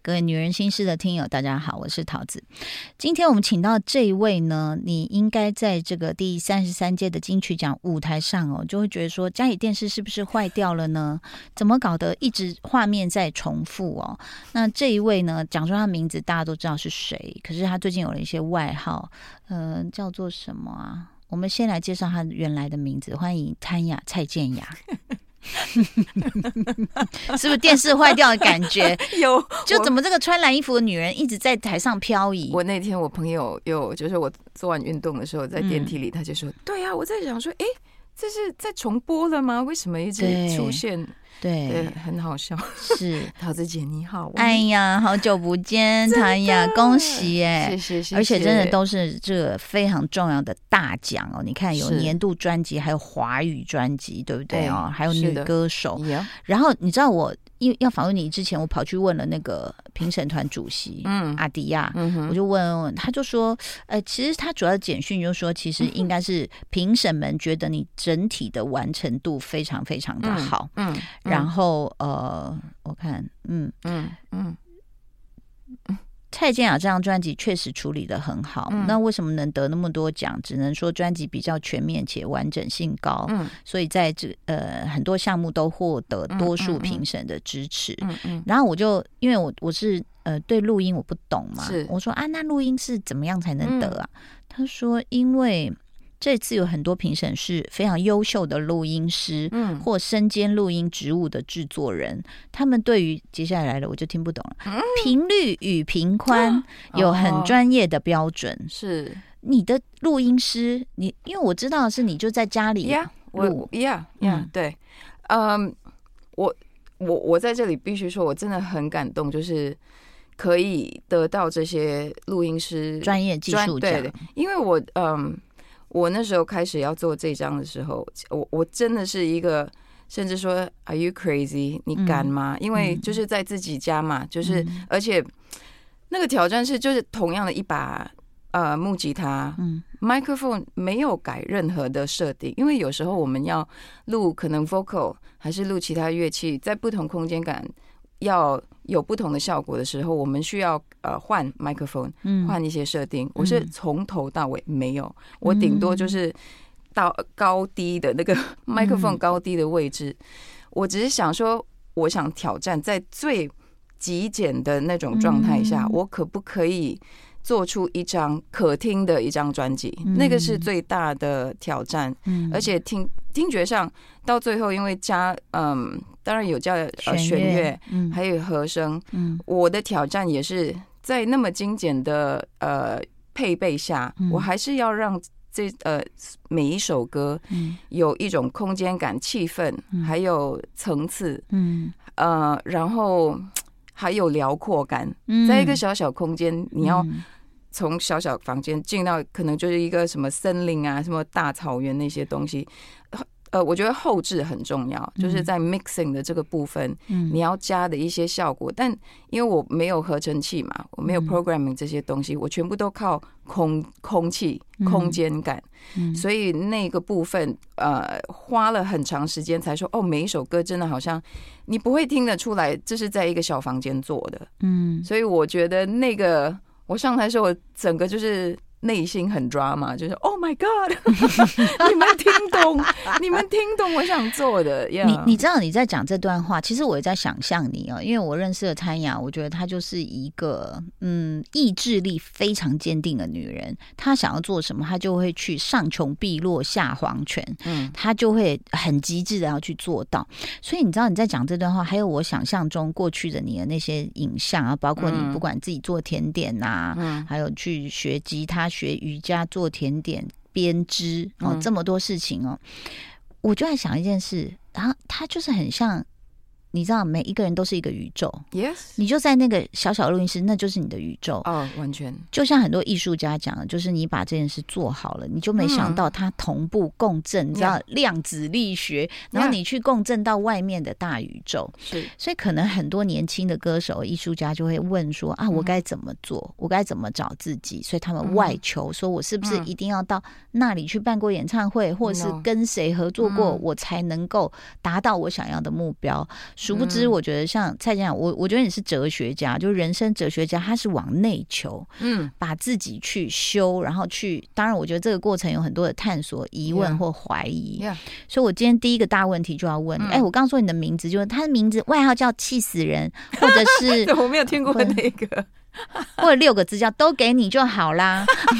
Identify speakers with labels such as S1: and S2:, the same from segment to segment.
S1: 各位《女人心事》的听友，大家好，我是桃子。今天我们请到这一位呢，你应该在这个第三十三届的金曲奖舞台上哦，就会觉得说家里电视是不是坏掉了呢？怎么搞得一直画面在重复哦？那这一位呢，讲出他的名字，大家都知道是谁，可是他最近有了一些外号，呃，叫做什么啊？我们先来介绍他原来的名字，欢迎谭雅蔡健雅。 是不是电视坏掉的感觉？
S2: 有
S1: 就
S2: 我
S1: 怎么这个穿蓝衣服的女人一直在台上漂移？
S2: 我那天我朋友有，就是我做完运动的时候在电梯里，他就说：“对啊，我在想说，诶，这是在重播了吗？为什么一直
S1: 对
S2: 出现？对，
S1: 对，
S2: 很好笑。
S1: 是
S2: 桃子姐你 好，我
S1: 哎呀，好久不见，谭雅，恭喜哎、
S2: 谢谢谢谢，
S1: 而且真的都是这个非常重要的大奖哦！你看，有
S2: 是
S1: 年度专辑，还有华语专辑，对不对哦？
S2: 哎
S1: 还有
S2: 是
S1: 女
S2: 的嗯
S1: 歌手。
S2: 呀
S1: 然后你知道我，因为要访问你之前，我跑去问了那个评审团主席、
S2: 嗯
S1: 阿迪亚，
S2: 嗯
S1: 我
S2: 哼，
S1: 就问问，他就说，呃，其实他主要的简讯就说，其实
S2: 嗯
S1: 应该是评审们觉得你整体的完成度非常非常的好，
S2: 嗯，嗯
S1: 然后呃，我看，嗯，
S2: 嗯嗯
S1: 蔡健雅这张专辑确实处理的很好，
S2: 嗯
S1: 那为什么能得那么多奖？只能说专辑比较全面且完整性高，
S2: 嗯
S1: 所以在这呃很多项目都获得
S2: 嗯
S1: 多数
S2: 嗯嗯
S1: 评审的支持。
S2: 嗯嗯，
S1: 然后我就因为我我是呃对录音我不懂嘛
S2: 是，嗯
S1: 我说啊，那录音是怎么样才能得啊？他说，因为这次有很多评审是非常优秀的录音师。
S2: 嗯
S1: 或身兼录音职务的制作人，他们对于接下来的我就听不懂了
S2: 嗯。啊哦
S1: 频率与频宽有很专业的标准。
S2: 是
S1: 你的录音师，你因为我知道是你就在家里
S2: 呀，我
S1: 录
S2: yeah yeah，、
S1: 嗯
S2: 对，嗯，我我我在这里必须说，我真的很感动，就是可以得到这些录音师
S1: 专业技术
S2: 专
S1: 奖
S2: 对，对，因为我嗯，我那时候开始要做这张的时候，我我真的是一个。甚至说，Are you crazy？你敢吗？因为
S1: 嗯
S2: 就是在自己家嘛，就是、
S1: 嗯
S2: 而且那个挑战是，就是同样的一把呃木吉他，
S1: 嗯
S2: 麦克风没有改任何的设定，因为有时候我们要录可能 vocal 还是录其他乐器，在不同空间感要有不同的效果的时候，我们需要呃换麦克风，
S1: 嗯嗯
S2: 换一些设定。我是从头到尾没有，我顶多就是到高低的那 个麦克
S1: 嗯
S2: 风高低的位置，我只是想说，我想挑战在最极简的那种状态下
S1: 嗯，
S2: 我可不可以？做出一张可听的一张专辑，
S1: 嗯
S2: 那个是最大的挑战，
S1: 嗯
S2: 而且听听觉上到最后，因为加嗯，当然有加呃弦乐，
S1: 嗯
S2: 还有和声，
S1: 嗯
S2: 我的挑战也是在那么精简的呃配备下，
S1: 嗯
S2: 我还是要让这呃每一首歌
S1: 嗯
S2: 有一种空间感、气氛
S1: 嗯，
S2: 还有层次，
S1: 嗯
S2: 呃，然后还有辽阔感。
S1: 嗯
S2: 在一个小小空间，你要
S1: 嗯
S2: 从小小房间进到可能就是一个什么森林啊、什么大草原那些东西。呃，我觉得后置很重要，
S1: 嗯
S2: 就是在 mixing 的这个部分，
S1: 嗯
S2: 你要加的一些效果，但因为我没有合成器嘛，我没有
S1: 嗯
S2: programming 这些东西，我全部都靠空空气、
S1: 嗯
S2: 空间感，
S1: 嗯
S2: 所以那个部分呃花了很长时间才说，哦，每一首歌真的好像你不会听得出来，这是在一个小房间做的，
S1: 嗯
S2: 所以我觉得那个我上台的时候，我整个就是。内心很 drama，就是 Oh my God，你 们听懂，你们听懂我想做的呀。
S1: 你你知道你在讲这段话，其实我也在想象你哦，因为我认识了谭雅，我觉得她就是一个嗯意志力非常坚定的女人，她想要做什么，她就会去上穷碧落下黄泉，
S2: 嗯
S1: 她就会很极致的要去做到。所以你知道你在讲这段话，还有我想象中过去的你的那些影像啊，包括你
S2: 嗯
S1: 不管自己做甜点啊呐、
S2: 嗯，
S1: 还有去学吉他、学瑜伽、做甜点、编织哦，
S2: 嗯
S1: 这么多事情哦，我就在想一件事，然后它就是很像，你知道，每一个人都是一个宇宙，
S2: Yes，
S1: 你就在那个小小录音室，那就是你的宇宙。
S2: 哦，完全
S1: 就像很多艺术家讲的，就是你把这件事做好了，你就没想
S2: 嗯
S1: 到它同步共振，你知道量子力学，然后
S2: Yeah
S1: 你去共振到外面的大宇宙。
S2: 是
S1: 所以可能很多年轻的歌手、艺术家就会问说啊，
S2: 嗯
S1: 我该怎么做？我该怎么找自己？所以他们外求说，我是不是
S2: 嗯
S1: 一定要到那里去办过演唱会，或者是
S2: No
S1: 跟谁合作过，
S2: 嗯
S1: 我才能够达到我想要的目标？殊不知，
S2: 嗯
S1: 我觉得像蔡健雅，我我觉得你是哲学家，就人生哲学家，他是往内求，
S2: 嗯，
S1: 把自己去修，然后去。当然，我觉得这个过程有很多的探索、疑问
S2: Yeah
S1: 或怀疑。
S2: Yeah
S1: 所以我今天第一个大问题就要问你：
S2: 嗯
S1: 哎、我刚说你的名字，就是他的名字外号叫“气死 人”，或者是
S2: 对我没有听过
S1: 对
S2: 那 个，
S1: 或者六个字叫“都给你就好啦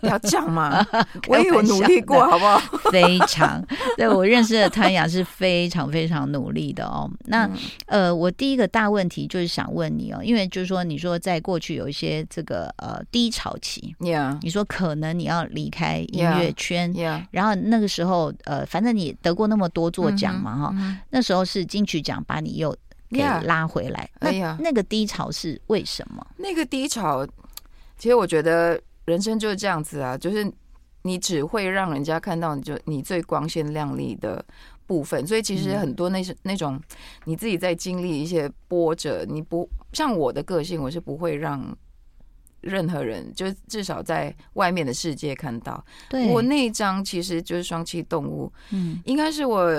S2: 不要这样 嘛，
S1: 开
S2: 我也有
S1: 玩笑
S2: 努力过，
S1: 的
S2: 好不好？”，
S1: 非常。对我认识的谭雅是非常非常努力的哦。那、
S2: 嗯
S1: 呃，我第一个大问题就是想问你哦，因为就是说，你说在过去有一些这个呃低潮期，
S2: ，Yeah 嗯
S1: 你说可能你要离开音乐
S2: Yeah
S1: 圈
S2: Yeah，
S1: 然后那个时候，呃，反正你得过那么多座奖嘛，哈、
S2: 嗯
S1: 那时候是金曲奖把你又给
S2: Yeah
S1: 拉回来。那
S2: 哎呀
S1: 那个低潮是为什么？
S2: 那个低潮，其实我觉得人生就是这样子啊，就是你只会让人家看到你就你最光鲜亮丽的部分，所以其实
S1: 嗯
S2: 很多那是那种你自己在经历一些波折，你不像我的个性，我是不会让。任何人，就至少在外面的世界看到
S1: 对，
S2: 我那一张，其实就是双栖动物，
S1: 嗯
S2: 应该是我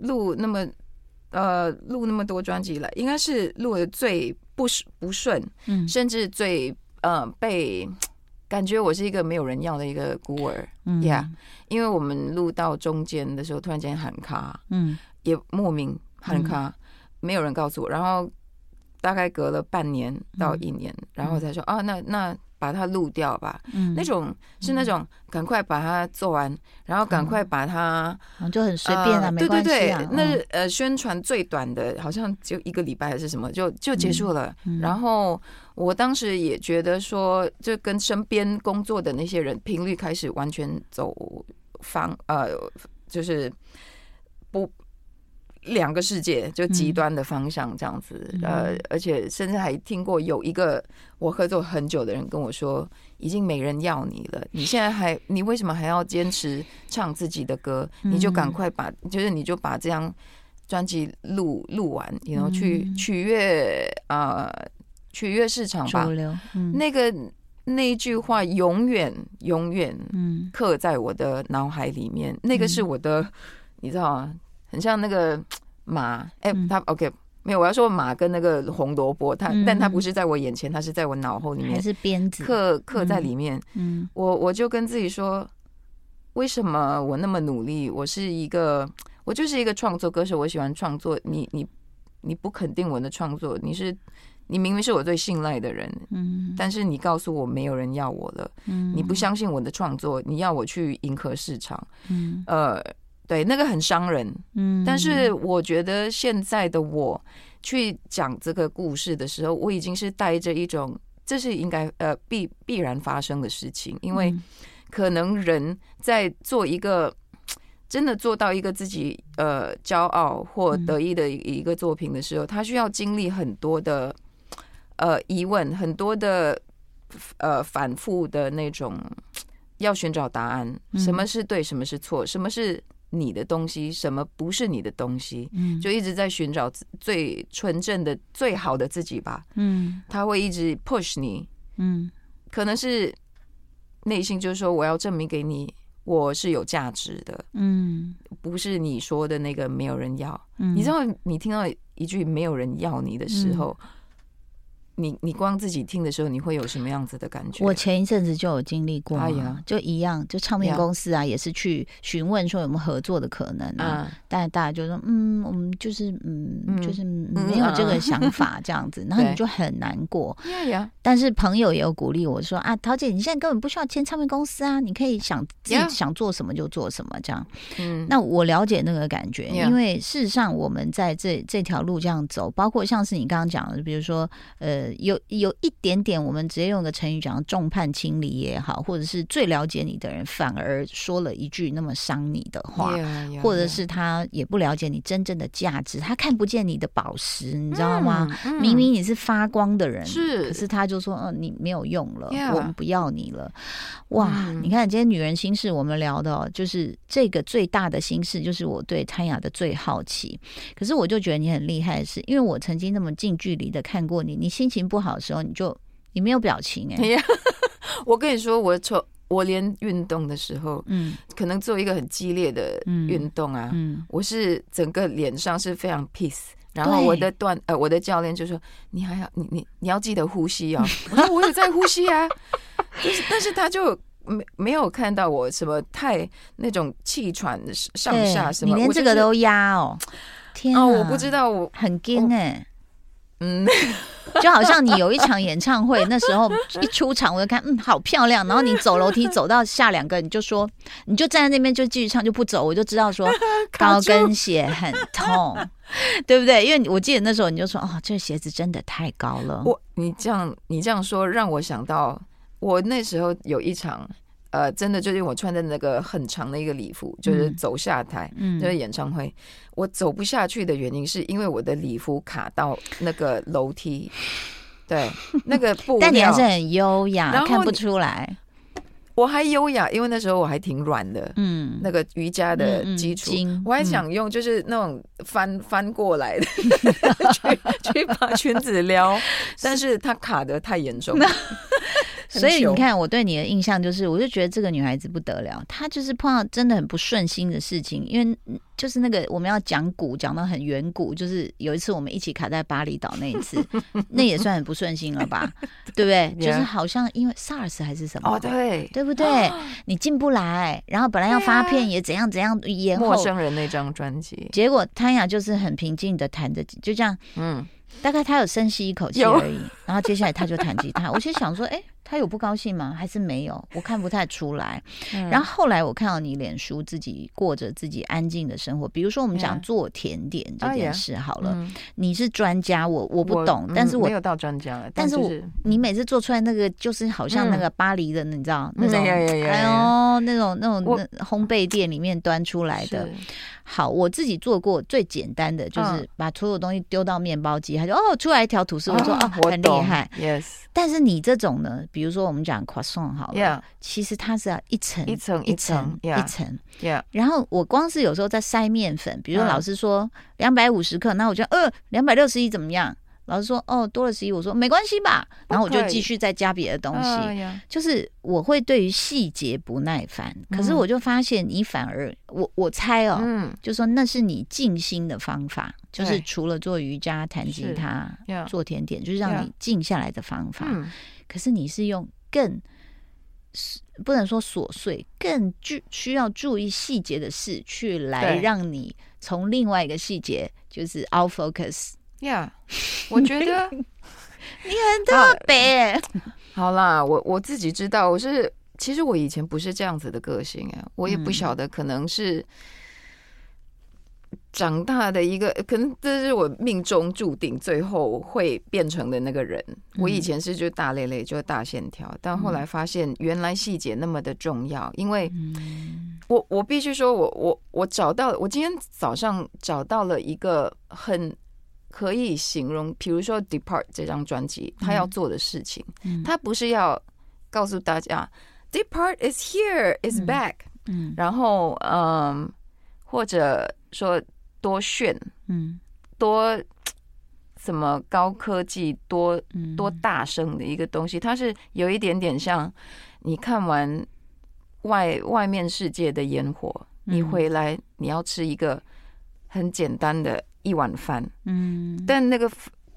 S2: 录那么呃录那么多专辑来，应该是录的最不顺不顺，
S1: 嗯
S2: 甚至最呃被感觉我是一个没有人要的一个孤儿，
S1: 嗯
S2: yeah 因为我们录到中间的时候，突然间喊卡，
S1: 嗯
S2: 也莫名喊卡，没有人告诉我，然后大概隔了半年到一年，然后才说啊，那那把它录掉吧，
S1: 嗯，
S2: 那种是那种赶快把它做完，然后赶快把它。
S1: 种就很随便啊，
S2: 呃
S1: 没
S2: 对对
S1: 关系
S2: 对
S1: 啊，，
S2: 那
S1: 嗯
S2: 呃宣传最短的，好像就一个礼拜还是什么，就就结
S1: 嗯
S2: 束了。
S1: 嗯
S2: 然后我当时也觉得说，就跟身边工作的那些人频率开始完全走方呃，就是不两个世界，就极
S1: 嗯
S2: 端的方向这样子。
S1: 嗯
S2: 呃，而且甚至还听过有一个我合作很久的人跟我说，已经没人要你了，你现在还你为什么还要坚持唱自己的歌？你就赶
S1: 嗯
S2: 快把，就是你就把这张专辑录录完，然后
S1: 嗯
S2: 去取悦呃取悦市场吧
S1: 主。流，嗯
S2: 那个那一句话永远永远
S1: 嗯
S2: 刻在我的脑海里面，那个
S1: 嗯
S2: 是我的，你知道啊，很像那个马，哎、
S1: 嗯
S2: 它 OK。没有，我要说马跟那个红萝卜，它、
S1: 嗯
S2: 但它不是在我眼前，它是在我脑后里
S1: 还
S2: 面
S1: 是鞭子，
S2: 刻刻在里面。
S1: 嗯
S2: 我我就跟自己说，为什么我那么努力？我是一个，我就是一个创作歌手，我喜欢创作。你你你不肯定我的创作，你是你明明是我最信赖的人，
S1: 嗯，
S2: 但是你告诉我没有人要我了，
S1: 嗯
S2: 你不，相信我的创作，你要我去迎合市场，
S1: 嗯
S2: 呃。对，那个很伤人，
S1: 嗯
S2: 但是我觉得现在的我去讲这个故事的时候，我已经是带着一种这是应该呃必必然发生的事情，因为
S1: 嗯
S2: 可能人在做一个真的做到一个自己呃骄傲或
S1: 嗯
S2: 得意的一一个作品的时候，他需要经历很多的呃疑问，很多的呃反复的那种要寻找答案，
S1: 嗯
S2: 什么是对，什么是错，什么是你的东西，什么不是你的东西。
S1: 嗯
S2: 就一直在寻找自最纯正的、最好的自己吧。
S1: 嗯
S2: 他会一直 push 你，
S1: 嗯
S2: 可能是内心就是说，我要证明给你，我是有价值的，
S1: 嗯，
S2: 不是你说的那个没有人要。
S1: 嗯
S2: 你知道，你听到一句没有人要你的时候，
S1: 嗯
S2: 你你光自己听的时候，你会有什么样子的感觉？
S1: 我前一阵子就有经历过、啊，
S2: 哎呀
S1: 就一样，就唱片
S2: 呀
S1: 公司啊，也是去询问说有没有合作的可能啊。
S2: 啊，
S1: 但大家就说，嗯，我们就是嗯，
S2: 嗯
S1: 就是没有这个想 法这样子，然后你
S2: 对
S1: 就很难过。
S2: 呀呀，
S1: 但是朋友也有鼓励我说啊，桃姐，你现在根本不需要签唱片公司啊，你可以想自己
S2: Yeah
S1: 想做什么就做什么这样。
S2: 嗯，
S1: 那我了解那个感觉，
S2: Yeah
S1: 因为事实上我们在这这条路这样走，包括像是你刚刚讲的，比如说，呃，有有一点点，我们直接用个成语讲众叛亲离也好，或者是最了解你的人反而说了一句那么伤你的话。
S2: 呀呀
S1: 或者
S2: 呀
S1: 是他也不了解你真正的价值，他看不见你的宝石，你知道吗？
S2: 嗯
S1: 明明你是发光的人，
S2: 是
S1: 可是他就说，嗯、你没有用了
S2: Yeah
S1: 我们不要你了。哇，
S2: 嗯
S1: 你看今天女人心事，我们聊的、哦、就是这个最大的心事，就是我对谭雅的最好奇。可是我就觉得你很厉害的是，因为我曾经那么近距离的看过你，你心情不好的时候，你就你没有表情哎、
S2: 哎呀，我跟你说，我从我连运动的时候，
S1: 嗯
S2: 可能做一个很激烈的运动啊，
S1: 嗯
S2: 我是整个脸上是非常 peace，然后我
S1: 对
S2: 的段呃我的教练就说你还要你你你要记得呼吸 啊，我说我有在呼吸啊，但是但是他就。没没有看到我什么太那种气喘上
S1: 对
S2: 下什
S1: 你
S2: 么，
S1: 连
S2: 我就
S1: 这个
S2: 是
S1: 都压哦，天啊，
S2: 哦，我不知道哦我
S1: 很惊哎、
S2: 嗯，
S1: 就好像你有一场演唱会，那时候一出场我就看，嗯，好漂亮。然后你走楼梯走到下两个，你就说，你就站在那边就继续唱就不走，我就知道 说
S2: 卡
S1: 高
S2: 住
S1: 跟鞋很痛， 对不对？因为我记得那时候你就说，哦，这鞋子真的太高了。
S2: 我你这样你这样说，让我想到我那时候有一场，呃，真的就是我穿的那个很长的一个礼服，就是
S1: 嗯
S2: 走下台，
S1: 嗯
S2: 就是演唱会，我走不下去的原因是因为我的礼服卡到那个楼梯，对，那个布料，
S1: 但你还是很优雅
S2: 然，后
S1: 看不
S2: 你
S1: 出来。
S2: 我还优雅，因为那时候我还挺软的。
S1: 嗯，
S2: 那个瑜伽的
S1: 嗯嗯
S2: 基础，
S1: 筋
S2: 我还
S1: 嗯
S2: 想用就是那种翻翻过来的 去去把裙 子撩，但是它卡的太严重了，很
S1: 所以
S2: 糗
S1: 你看，我对你的印象就是，我就觉得这个女孩子不得了，她就是碰到真的很不顺心的事情，因为嗯就是那个我们要讲古，讲到很远古，就是有一次我们一起卡在巴厘岛那一次，那也算很不顺心了 吧，对不对？就是
S2: Yeah
S1: 好像因为 SARS 还是什么，
S2: 啊哦，对，哦
S1: 对不对？你进不来，然后本来要
S2: 对
S1: 发
S2: 啊
S1: 片也怎样怎样延
S2: 陌
S1: 后。
S2: 生人那张专辑，
S1: 结果汤雅就是很平静的弹着，就这样，
S2: 嗯，
S1: 大概她有深吸一口气
S2: 有
S1: 而已，然后接下来她就弹吉 他。我就想说，哎、她有不高兴吗？还是没有？我看不太出来。
S2: 嗯
S1: 然后后来我看到你脸书自己过着自己安静的生活，比如说我们讲
S2: Yeah
S1: 做甜点这
S2: Oh,
S1: 件
S2: 嗯 yeah
S1: 事好
S2: 好
S1: 了，你是专家，我我不懂，但是我
S2: 嗯没有到专家了，
S1: 但是
S2: 就
S1: 我
S2: 是
S1: 你每次做出来那个就是好像那
S2: 嗯
S1: 个巴黎的，你知道那
S2: 嗯
S1: 种，
S2: 呀呀呀
S1: 哎
S2: 呀
S1: 呦那种那种
S2: 我
S1: 那烘焙店里面端出来的。
S2: 是
S1: 好，我自己做过最简单的就是
S2: 嗯
S1: 把所有东西丢到面包机，他就哦出来一条吐司，我说哦
S2: 啊我
S1: 很厉
S2: 懂
S1: 害。
S2: ，yes，
S1: 但是你这种呢，比如说我们讲 croissant 好了
S2: Yeah，
S1: 其实它是要一层
S2: 一层
S1: 一
S2: 一层
S1: 层一
S2: ，yeah
S1: 层。
S2: yeah，
S1: 然后我光是有时候在筛面粉，比如说
S2: 嗯
S1: 老师说两百五十克，那我就呃两百六十一怎么样？老师说哦多了十一，我说没关系吧，然后我就
S2: 不可以
S1: 继续再加别的东西。
S2: 哎呀
S1: 就是我会对于细节不耐烦，可是
S2: 嗯
S1: 我就发现你反而我我猜哦，
S2: 嗯
S1: 就说那是你静心的方法，就是
S2: 对
S1: 除了做瑜伽、弹吉
S2: 是
S1: 他、
S2: ，yeah，
S1: 做甜点，就是让
S2: Yeah
S1: 你静下来的方法。
S2: 嗯
S1: 可是你是用更不能说琐碎，更具需要注意细节的事去来
S2: 对
S1: 让你从另外一个细节就是 out focus。
S2: ，yeah，我觉得
S1: 特别
S2: 好啦，我我自己知道，我是其实我以前不是这样子的个性啊，我也不
S1: 嗯
S2: 晓得，可能是长大的一个，可能这是我命中注定，最后会变成的那个人。我以
S1: 嗯
S2: 前是就大咧咧，就大线条，但后
S1: 嗯
S2: 来发现原来细节那么的重要，因为
S1: 嗯
S2: 我我必须说我我我找到我今天早上找到了一个很。可以形容，比如说《Depart》这张专辑，他要
S1: 嗯
S2: 做的事情，
S1: 嗯
S2: 他不是要告诉大家 depart is here is
S1: 嗯
S2: back，、
S1: 嗯
S2: 然后嗯，或者说多炫
S1: 嗯
S2: 多什么高科技多
S1: 嗯
S2: 多大声的一个东西，它是有一点点像你看完外外面世界的烟火，你
S1: 嗯
S2: 回来你要吃一个很简单的一碗饭，
S1: 嗯
S2: 但那个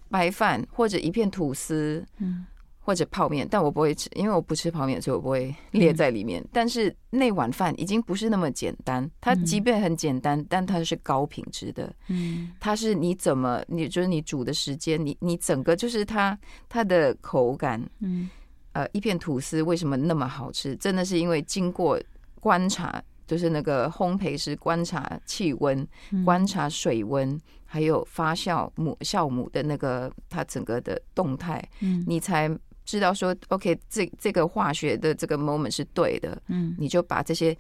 S2: 白饭或者一片吐司，
S1: 嗯
S2: 或者泡面，但我不会吃，因为我不吃泡面，所以我不会列在里面。但是那碗饭已经不是那么简单，它
S1: 嗯
S2: 即便很简单，但它是高品质的，
S1: 嗯
S2: 它是你怎么，你就是你煮的时间，你你整个就是它它的口感，
S1: 嗯
S2: 呃，一片吐司为什么那么好吃？真的是因为经过观察，就是那个烘焙师观察气温、
S1: 嗯
S2: 观察水温，还有发酵母酵母的那个它整个的动态。
S1: 嗯
S2: 你才知道说，OK，这这个化学的这个 moment 是对的，
S1: 嗯
S2: 你就把这些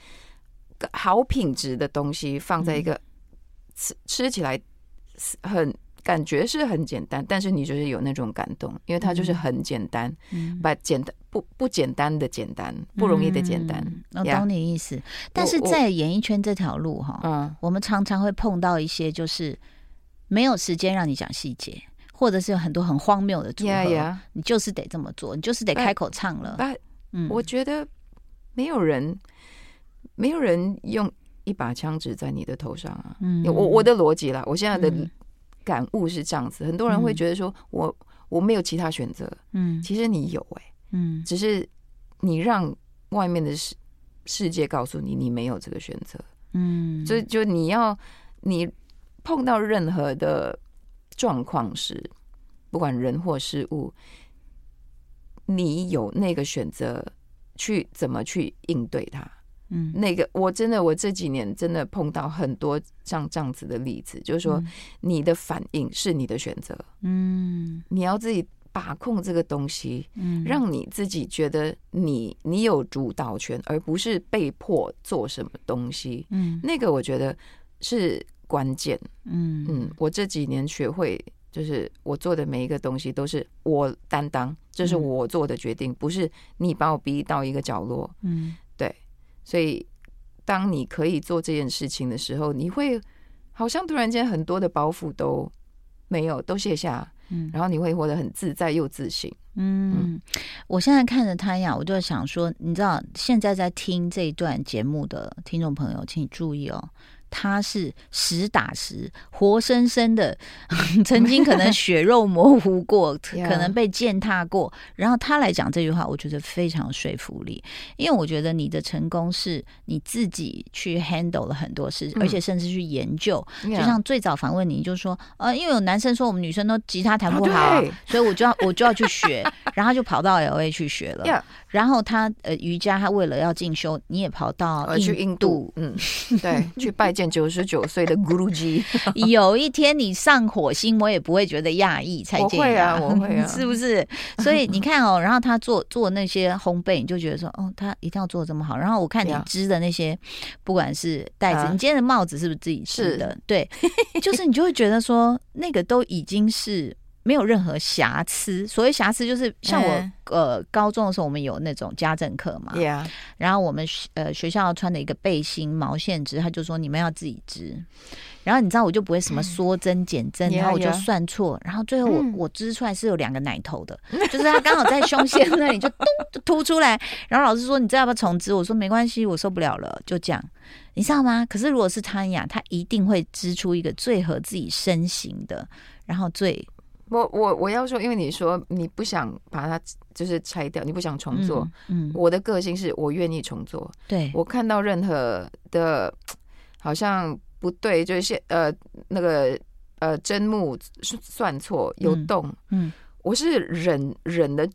S2: 个好品质的东西放
S1: 嗯
S2: 在一个、吃吃起来是很感觉是很简单，但是你就是有那种感动，因为它就
S1: 嗯
S2: 是很简单，
S1: 嗯
S2: 把简单不不简单的简单，不容易的简单，
S1: 嗯我
S2: Yeah
S1: 懂你意思。但是
S2: 我
S1: 在演艺圈这条路哈，
S2: 嗯，
S1: 我们常常会碰到一些就是没有时间让你讲细节，或者是有很多很荒谬的组合
S2: 呀呀，
S1: 你就是得这么做，你就是得开口唱了。
S2: 但
S1: 嗯，
S2: 哎我觉得没有人没有人用一把枪指在你的头上啊，
S1: 嗯
S2: 我我的逻辑啦，我现在的
S1: 嗯
S2: 感悟是这样子，很多人会觉得说我我没有其他选择，
S1: 嗯
S2: 其实你有哎、
S1: 嗯
S2: 只是你让外面的世世界告诉你你没有这个选择，
S1: 嗯，
S2: 就就你要你碰到任何的状况时，不管人或事物，你有那个选择去怎么去应对它。
S1: 嗯
S2: 那个我真的我这几年真的碰到很多像这样子的例子，就是说你的反应是你的选择，
S1: 嗯
S2: 你要自己把控这个东西，
S1: 嗯，
S2: 让你自己觉得你你有主导权，而不是被迫做什么东西。
S1: 嗯
S2: 那个我觉得是关键。
S1: 嗯
S2: 嗯，我这几年学会，就是我做的每一个东西都是我担当，这是
S1: 嗯
S2: 我做的决定，不是你把我逼到一个角落。
S1: 嗯
S2: 所以，当你可以做这件事情的时候，你会好像突然间很多的包袱都没有，都卸下，
S1: 嗯，
S2: 然后你会活得很自在又自信。
S1: 嗯，我现在看着他呀，我就想说，你知道现在在听这一段节目的听众朋友，请注意哦，他是实打实、活生生的， 曾经可能血肉模糊过，
S2: Yeah
S1: 可能被践踏过，然后他来讲这句话，我觉得非常有说服力，因为我觉得你的成功是你自己去 handle 了很多事，
S2: 嗯
S1: 而且甚至去研究，就像最早访问你，就说，呃，因为有男生说我们女生都吉他弹不好啊、
S2: 啊对
S1: 所以我就要我就要去学，然后他就跑到 L A 去学了。
S2: Yeah
S1: 然后他呃瑜伽，他为了要进修，你也跑到
S2: 呃，去印度，嗯，对，去拜见九十九岁 的 Guruji，
S1: 有一天你上火星，我也不会觉得讶异。蔡
S2: 我
S1: 健
S2: 会
S1: 雅
S2: 啊，我会 啊，
S1: 是不是？所以你看 哦，然后他做做那些烘焙，你就觉得说，哦，他一定要做得这么好。然后我看你
S2: Yeah
S1: 织的那些，不管是袋子，
S2: 啊
S1: 你今天的帽子是不是自己织
S2: 是
S1: 的？对， 就是你就会觉得说，那个都已经是。没有任何瑕疵，所谓瑕疵就是像 我、
S2: 嗯
S1: 呃高中的时候，我们有那种家政课嘛
S2: Yeah，
S1: 然后我们学呃学校穿的一个背心毛线织，他就说你们要自己织。然后你知道我就不会
S2: 嗯
S1: 什么缩针减针，
S2: Yeah,
S1: 然后我就
S2: yeah.
S1: 算错，然后最后我
S2: 嗯
S1: 我织出来是有两个奶头的，就是它刚好在胸线那里就咚就凸出来。然后老师说你这要不要重织？我说没关系，我受不了了，就这样，你知道吗？可是如果是他呀，他一定会织出一个最合自己身形的，然后最
S2: 我我我要说，因为你说你不想把它就是拆掉，你不想重做，，
S1: 嗯，嗯
S2: 我的个性是我愿意重做，
S1: 对，
S2: 我看到任何的好像不对，就是现呃那个呃真木算错有
S1: 嗯
S2: 洞，
S1: 嗯
S2: 我是忍忍的，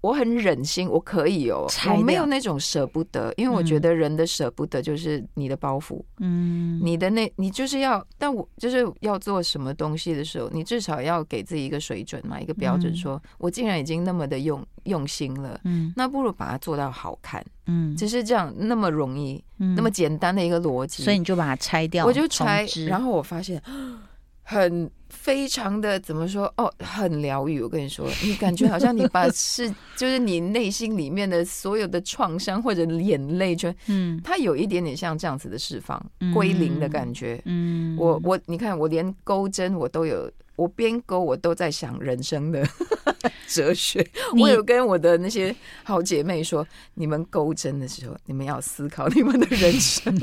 S2: 我很忍心，我可以哦，
S1: 拆
S2: 我
S1: 掉
S2: 没有那种舍不得，因为我
S1: 嗯
S2: 觉得人的舍不得就是你的包袱，
S1: 嗯，
S2: 你的那，你就是要，但我就是要做什么东西的时候，你至少要给自己一个水准嘛，一个标准
S1: 嗯
S2: 说，我竟然已经那么的用用心了。
S1: 嗯
S2: 那不如把它做到好看，
S1: 嗯，
S2: 只是这样那么容易，
S1: 那
S2: 那么简单的一个逻
S1: 嗯
S2: 辑，
S1: 所以你就把它拆掉，
S2: 我就拆
S1: 重，织
S2: 然后我发现很非常的怎么说哦，很疗愈。我跟你说，你感觉好像你 把是就是你内心里面的所有的创伤或者眼泪，全
S1: 嗯
S2: 它有一点点像这样子的释放
S1: 嗯
S2: 归零的感觉。
S1: 嗯，
S2: 我我你看，我连钩针我都有。我边钩我都在想人生的 哲学，
S1: 你
S2: 我有跟我的那些好姐妹说，你们钩针的时候，你们要思考你们的人生。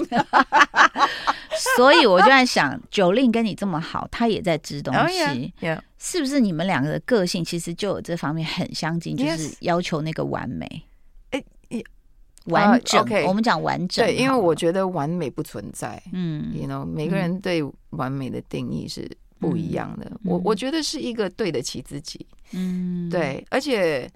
S1: 所以我就在想，九令跟你这么好，他也在织 东西
S2: Oh, yeah, yeah.
S1: 是不是你们两个的个性其实就有这方面很相近
S2: Yes
S1: 就是要求那个完美，
S2: 哎也啊
S1: 完整。
S2: OK
S1: 我们讲完整好
S2: 对，
S1: 了，
S2: 因为我觉得完美不存在、
S1: 嗯
S2: y o u know，每个人对完美的定义是不一样的。我
S1: 嗯
S2: 我觉得是一个对得起自己，
S1: 嗯，
S2: 对，而且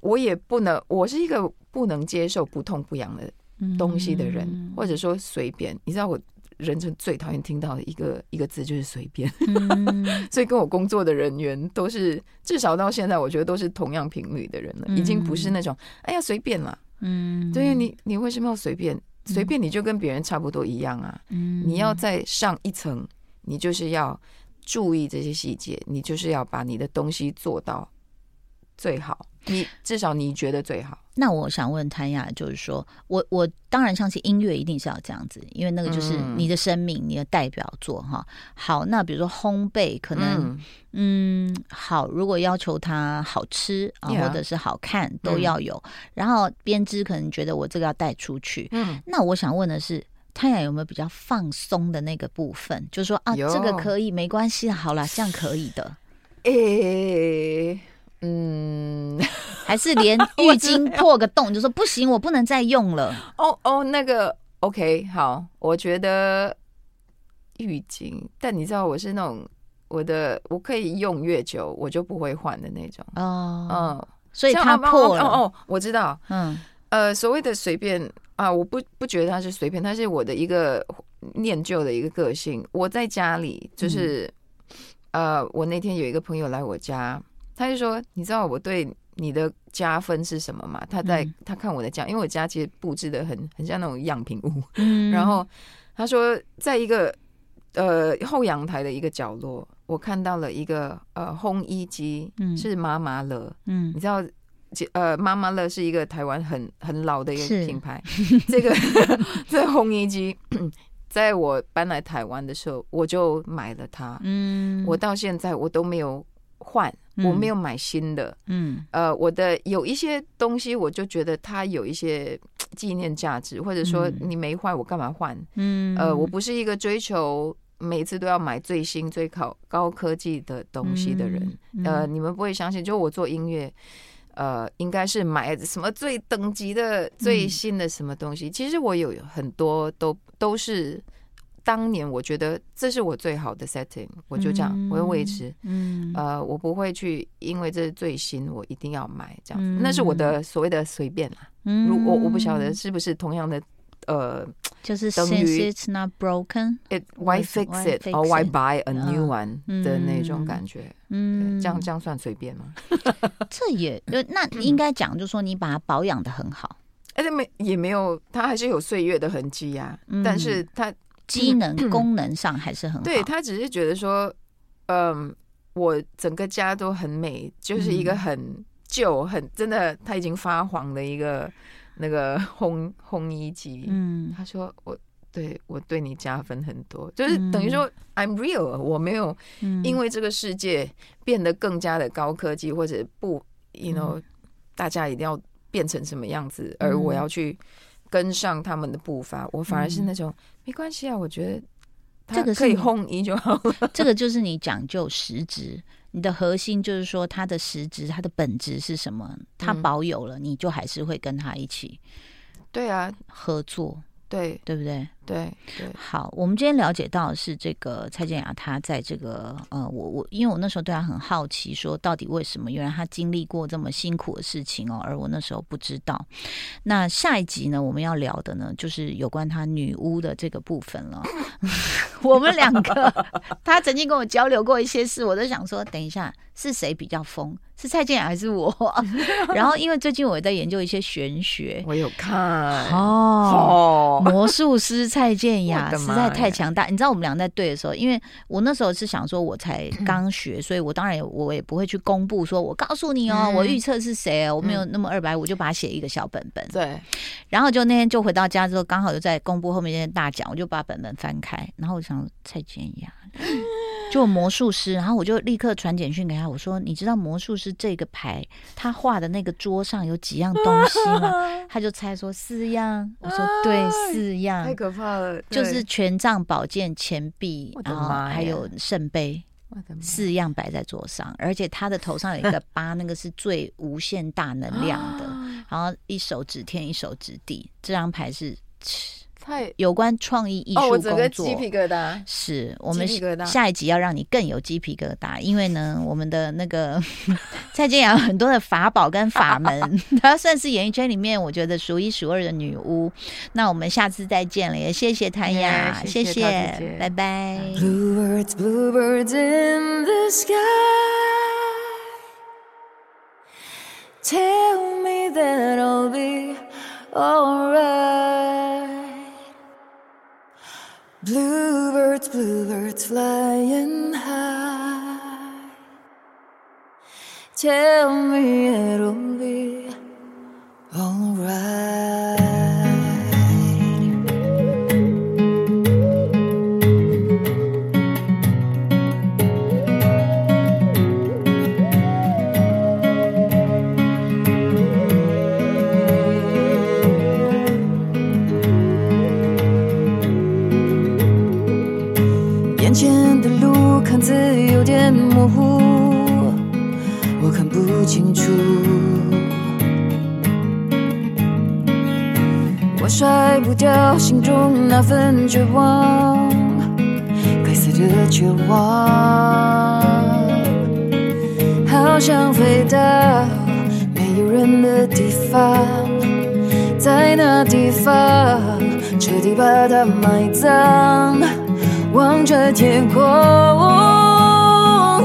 S2: 我也不能，我是一个不能接受不痛不痒的东西的人，
S1: 嗯
S2: 或者说随便。你知道我人生最讨厌听到的一个一个字就是随便，
S1: 嗯
S2: 所以跟我工作的人员都是，至少到现在，我觉得都是同样频率的人了，已经不是那种哎呀随便啦，
S1: 嗯，
S2: 对呀，你你为什么要随便？随便你就跟别人差不多一样啊！
S1: 嗯
S2: 你要再上一层，你就是要注意这些细节，你就是要把你的东西做到最好，你至少你觉得最好。
S1: 那我想问谭雅，就是说我我当然相信音乐一定是要这样子，因为那个就是
S2: 嗯
S1: 你的生命，你的代表作哈。好，那比如说烘焙，可能、
S2: 嗯
S1: 嗯，好，如果要求它好吃啊或
S2: Yeah
S1: 者是好看，都
S2: 嗯
S1: 要有。然后编织可能觉得我这个要带出去。
S2: 嗯
S1: 那我想问的是，太阳有没有比较放松的那个部分？就说啊，
S2: 有
S1: 这个可以，没关系，好啦，这样可以的，
S2: 嗯诶、嗯，
S1: 还是 连浴巾破个洞就说不行，我不能再用了。
S2: 哦哦，那个 OK，好，我觉得浴巾，但你知道我是那种我的我可以用越久我就不会换的那种，
S1: 哦，
S2: 嗯，
S1: 所以
S2: 像
S1: 它
S2: 哦哦
S1: 破
S2: 哦
S1: 了，
S2: 哦，我知道，
S1: 嗯
S2: 呃，所谓的随便啊，我不不觉得它是随便，它是我的一个念旧的一个个性。我在家
S1: 嗯
S2: 里就是，呃，我那天有一个朋友来我家，他就说，你知道我对你的加分是什么吗？他在、
S1: 嗯
S2: 他看我的家，因为我家其实布置的很很像那种样品屋，
S1: 嗯，
S2: 然后他说，在一个呃后阳台的一个角落，我看到了一个呃烘衣机，
S1: 嗯
S2: 是妈妈乐。
S1: 嗯
S2: 你知道，其呃，妈妈乐是一个台湾很很老的一
S1: 是
S2: 个品牌。这个 这个烘衣机， 在我搬来台湾的时候，我就买了它。
S1: 嗯，
S2: 我到现在我都没有换，我没有买新的。
S1: 嗯
S2: 呃，我的有一些东西，我就觉得它有一些纪念价值，或者说
S1: 嗯
S2: 你没换，我干嘛换？
S1: 嗯，
S2: 呃，我不是一个追求每次都要买最新、最高高科技的东西的人。
S1: 嗯
S2: 呃，，你们不会相信，就我做音乐，呃，应该是买什么最等级的、最
S1: 嗯
S2: 新的什么东西。其实我有很多都都是当年我觉得这是我最好的 setting，我就这样，我会维持。
S1: 嗯嗯
S2: 呃，我不会去，因为这是最新，我一定要买这样子。
S1: 嗯
S2: 那是我的所谓的随便啦。
S1: 嗯
S2: 如呃我我不晓得是不是同样的，呃
S1: 就是
S2: 等
S1: since
S2: 于
S1: it's not broken，
S2: ，it
S1: Why
S2: why fix
S1: why
S2: it
S1: fix
S2: or why
S1: it？
S2: buy a new one
S1: 嗯
S2: 的那种感觉。
S1: 嗯，
S2: 对这样嗯这样算随便吗？
S1: 这 也呃那应该讲，就是说你把它保养的很好，
S2: 哎，但没也没有，它还是有岁月的痕迹呀、
S1: 嗯
S2: 但是它
S1: 机能功能上还是很好。
S2: 对他只是觉得说，嗯，我整个家都很美，就是一个
S1: 嗯
S2: 很旧、很真的，它已经发黄的一个那个烘烘衣机。
S1: 嗯
S2: 他说我。对我对你加分很多，就是
S1: 嗯
S2: 等于说、I'm real，我没有
S1: 嗯，
S2: 因
S1: 为
S2: 为这个世界变得更加的高科技，或者不，you know，、大家一定要变成什么样子，而
S1: 嗯
S2: 我要去跟上他们的步伐，我反而是
S1: 嗯
S2: 那种、没关系啊，我觉得它
S1: 这个是
S2: 可以
S1: 你
S2: 烘衣就好 了。
S1: 这个就是你讲究实质，你的核心就是说它的实质，它的本质是什么？它
S2: 嗯
S1: 保有了，你就还是会跟它一起
S2: 对啊，
S1: 合作，
S2: 对
S1: 对不对？
S2: 对对，
S1: 好，我们今天了解到的是这个蔡健雅，她在这个呃，我我因为我那时候对她很好奇，说到底为什么？原来她经历过这么辛苦的事情哦，而我那时候不知道。那下一集呢，我们要聊的呢，就是有关她女巫的这个部分了。 我们两个，她曾经跟我交流过一些事，我都想说，等一下是谁比较疯？是蔡健雅还是我？ 然后因为最近我也在研究一些玄学。
S2: 我有看
S1: 哦，
S2: 哦
S1: 魔术师蔡健雅
S2: 我的
S1: 实
S2: 妈
S1: 在
S2: 呀
S1: 太强大。你知道我们俩在对的时候，因为我那时候是想说我 才刚学，所以我当然也我也不会去公布说，我告诉你哦，
S2: 嗯
S1: 我预测是谁哦，我没有那么二百，我就把它写一个小本本。
S2: 对，
S1: 然后就那天就回到家之后，刚好就在公布后面那些大奖，我就把本本翻开，然后我想蔡健雅。就有魔术师，然后我就立刻传简讯给他，我说：“你知道魔术师这个牌，他画的那个桌上有几样东西吗？”他就猜说四样，我说对
S2: 哎
S1: 四样，
S2: 太可怕了，
S1: 就是
S2: 对
S1: 权杖、宝剑、钱币
S2: 我，的
S1: 然后
S2: 妈呀
S1: 还有圣杯
S2: 我的妈
S1: 四样摆在桌上，而且他的头上有一个八，那个是最无限大能量的。
S2: 啊
S1: 然后一手指天，一手指地，这张牌是
S2: 太
S1: 有关创意艺
S2: 哦，
S1: 术
S2: 我整个
S1: 工
S2: 鸡
S1: 作。
S2: 皮疙瘩。
S1: 是我们
S2: 鸡皮疙瘩
S1: 下一集要让你更有鸡皮疙瘩，因为呢，我们的那个 蔡健雅有很多的法宝跟法门， 她算是演艺圈里面我觉得数一数二的女巫。那我们下次再见了，也谢谢谭雅，
S2: 哎谢谢
S1: 谢
S2: 陶子姐
S1: 拜拜。
S3: Bluebirds, bluebirds in the sky. Tell me that I'll be alright. Bluebirds, bluebirds flying high. Tell me it'll be alright.
S2: 眼前的路看似有点模糊，我看不清楚。我甩不掉心中那份绝望，该死的绝望。好想飞到没有人的地方，在那地方彻底把它埋葬，望着天空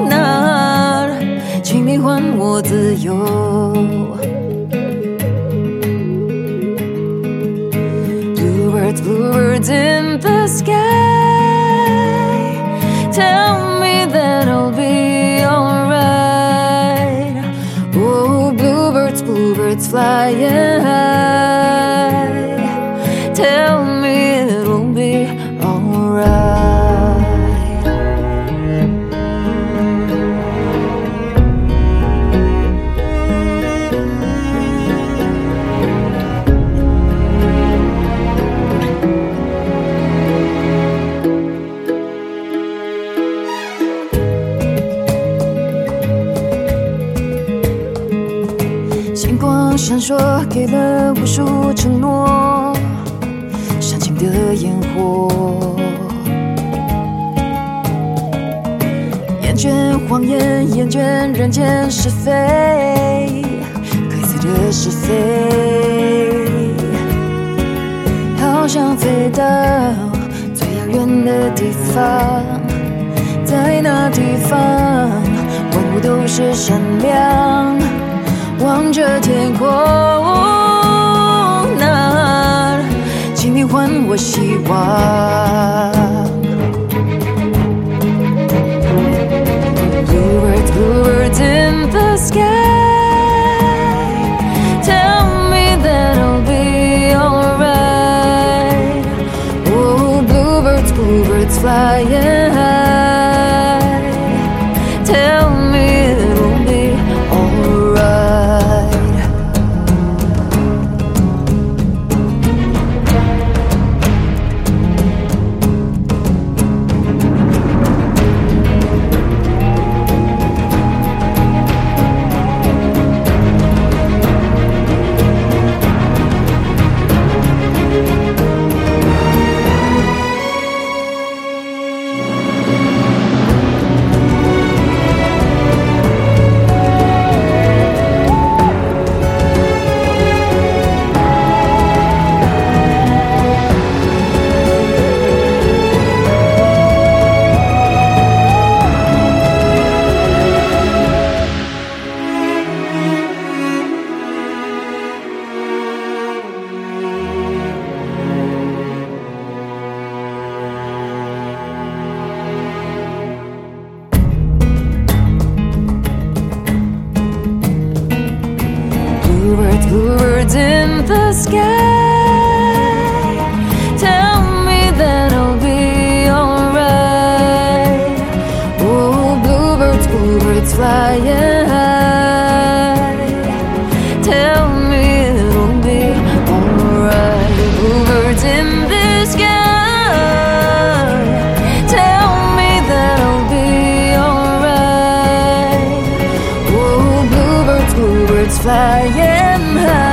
S2: 那儿，请你还我自由。Bluebirds, bluebirds in the sky. Tell me that I'll be alright. Oh, bluebirds, bluebirds flying high. Tell me it'll be alright.星光闪烁，给了无数承诺，煽情的烟火。厌倦谎言，厌倦人间是非，该死的是非。好想飞到最遥远的地方。在那地方，万物都是闪亮。望着天空那儿，请你还我希望。Bluebirds, bluebirds in the sky. Tell me that I'll be alright. Oh, bluebirds, bluebirds flying high. Tell me it'll be alright. Bluebirds, bluebirds in the sky. Tell me that I'll be alright. Oh, bluebirds, bluebirds flying high. Tell me it'll be alright. Bluebirds in the sky. Tell me that I'll be alright. Oh, bluebirds, bluebirds flying high.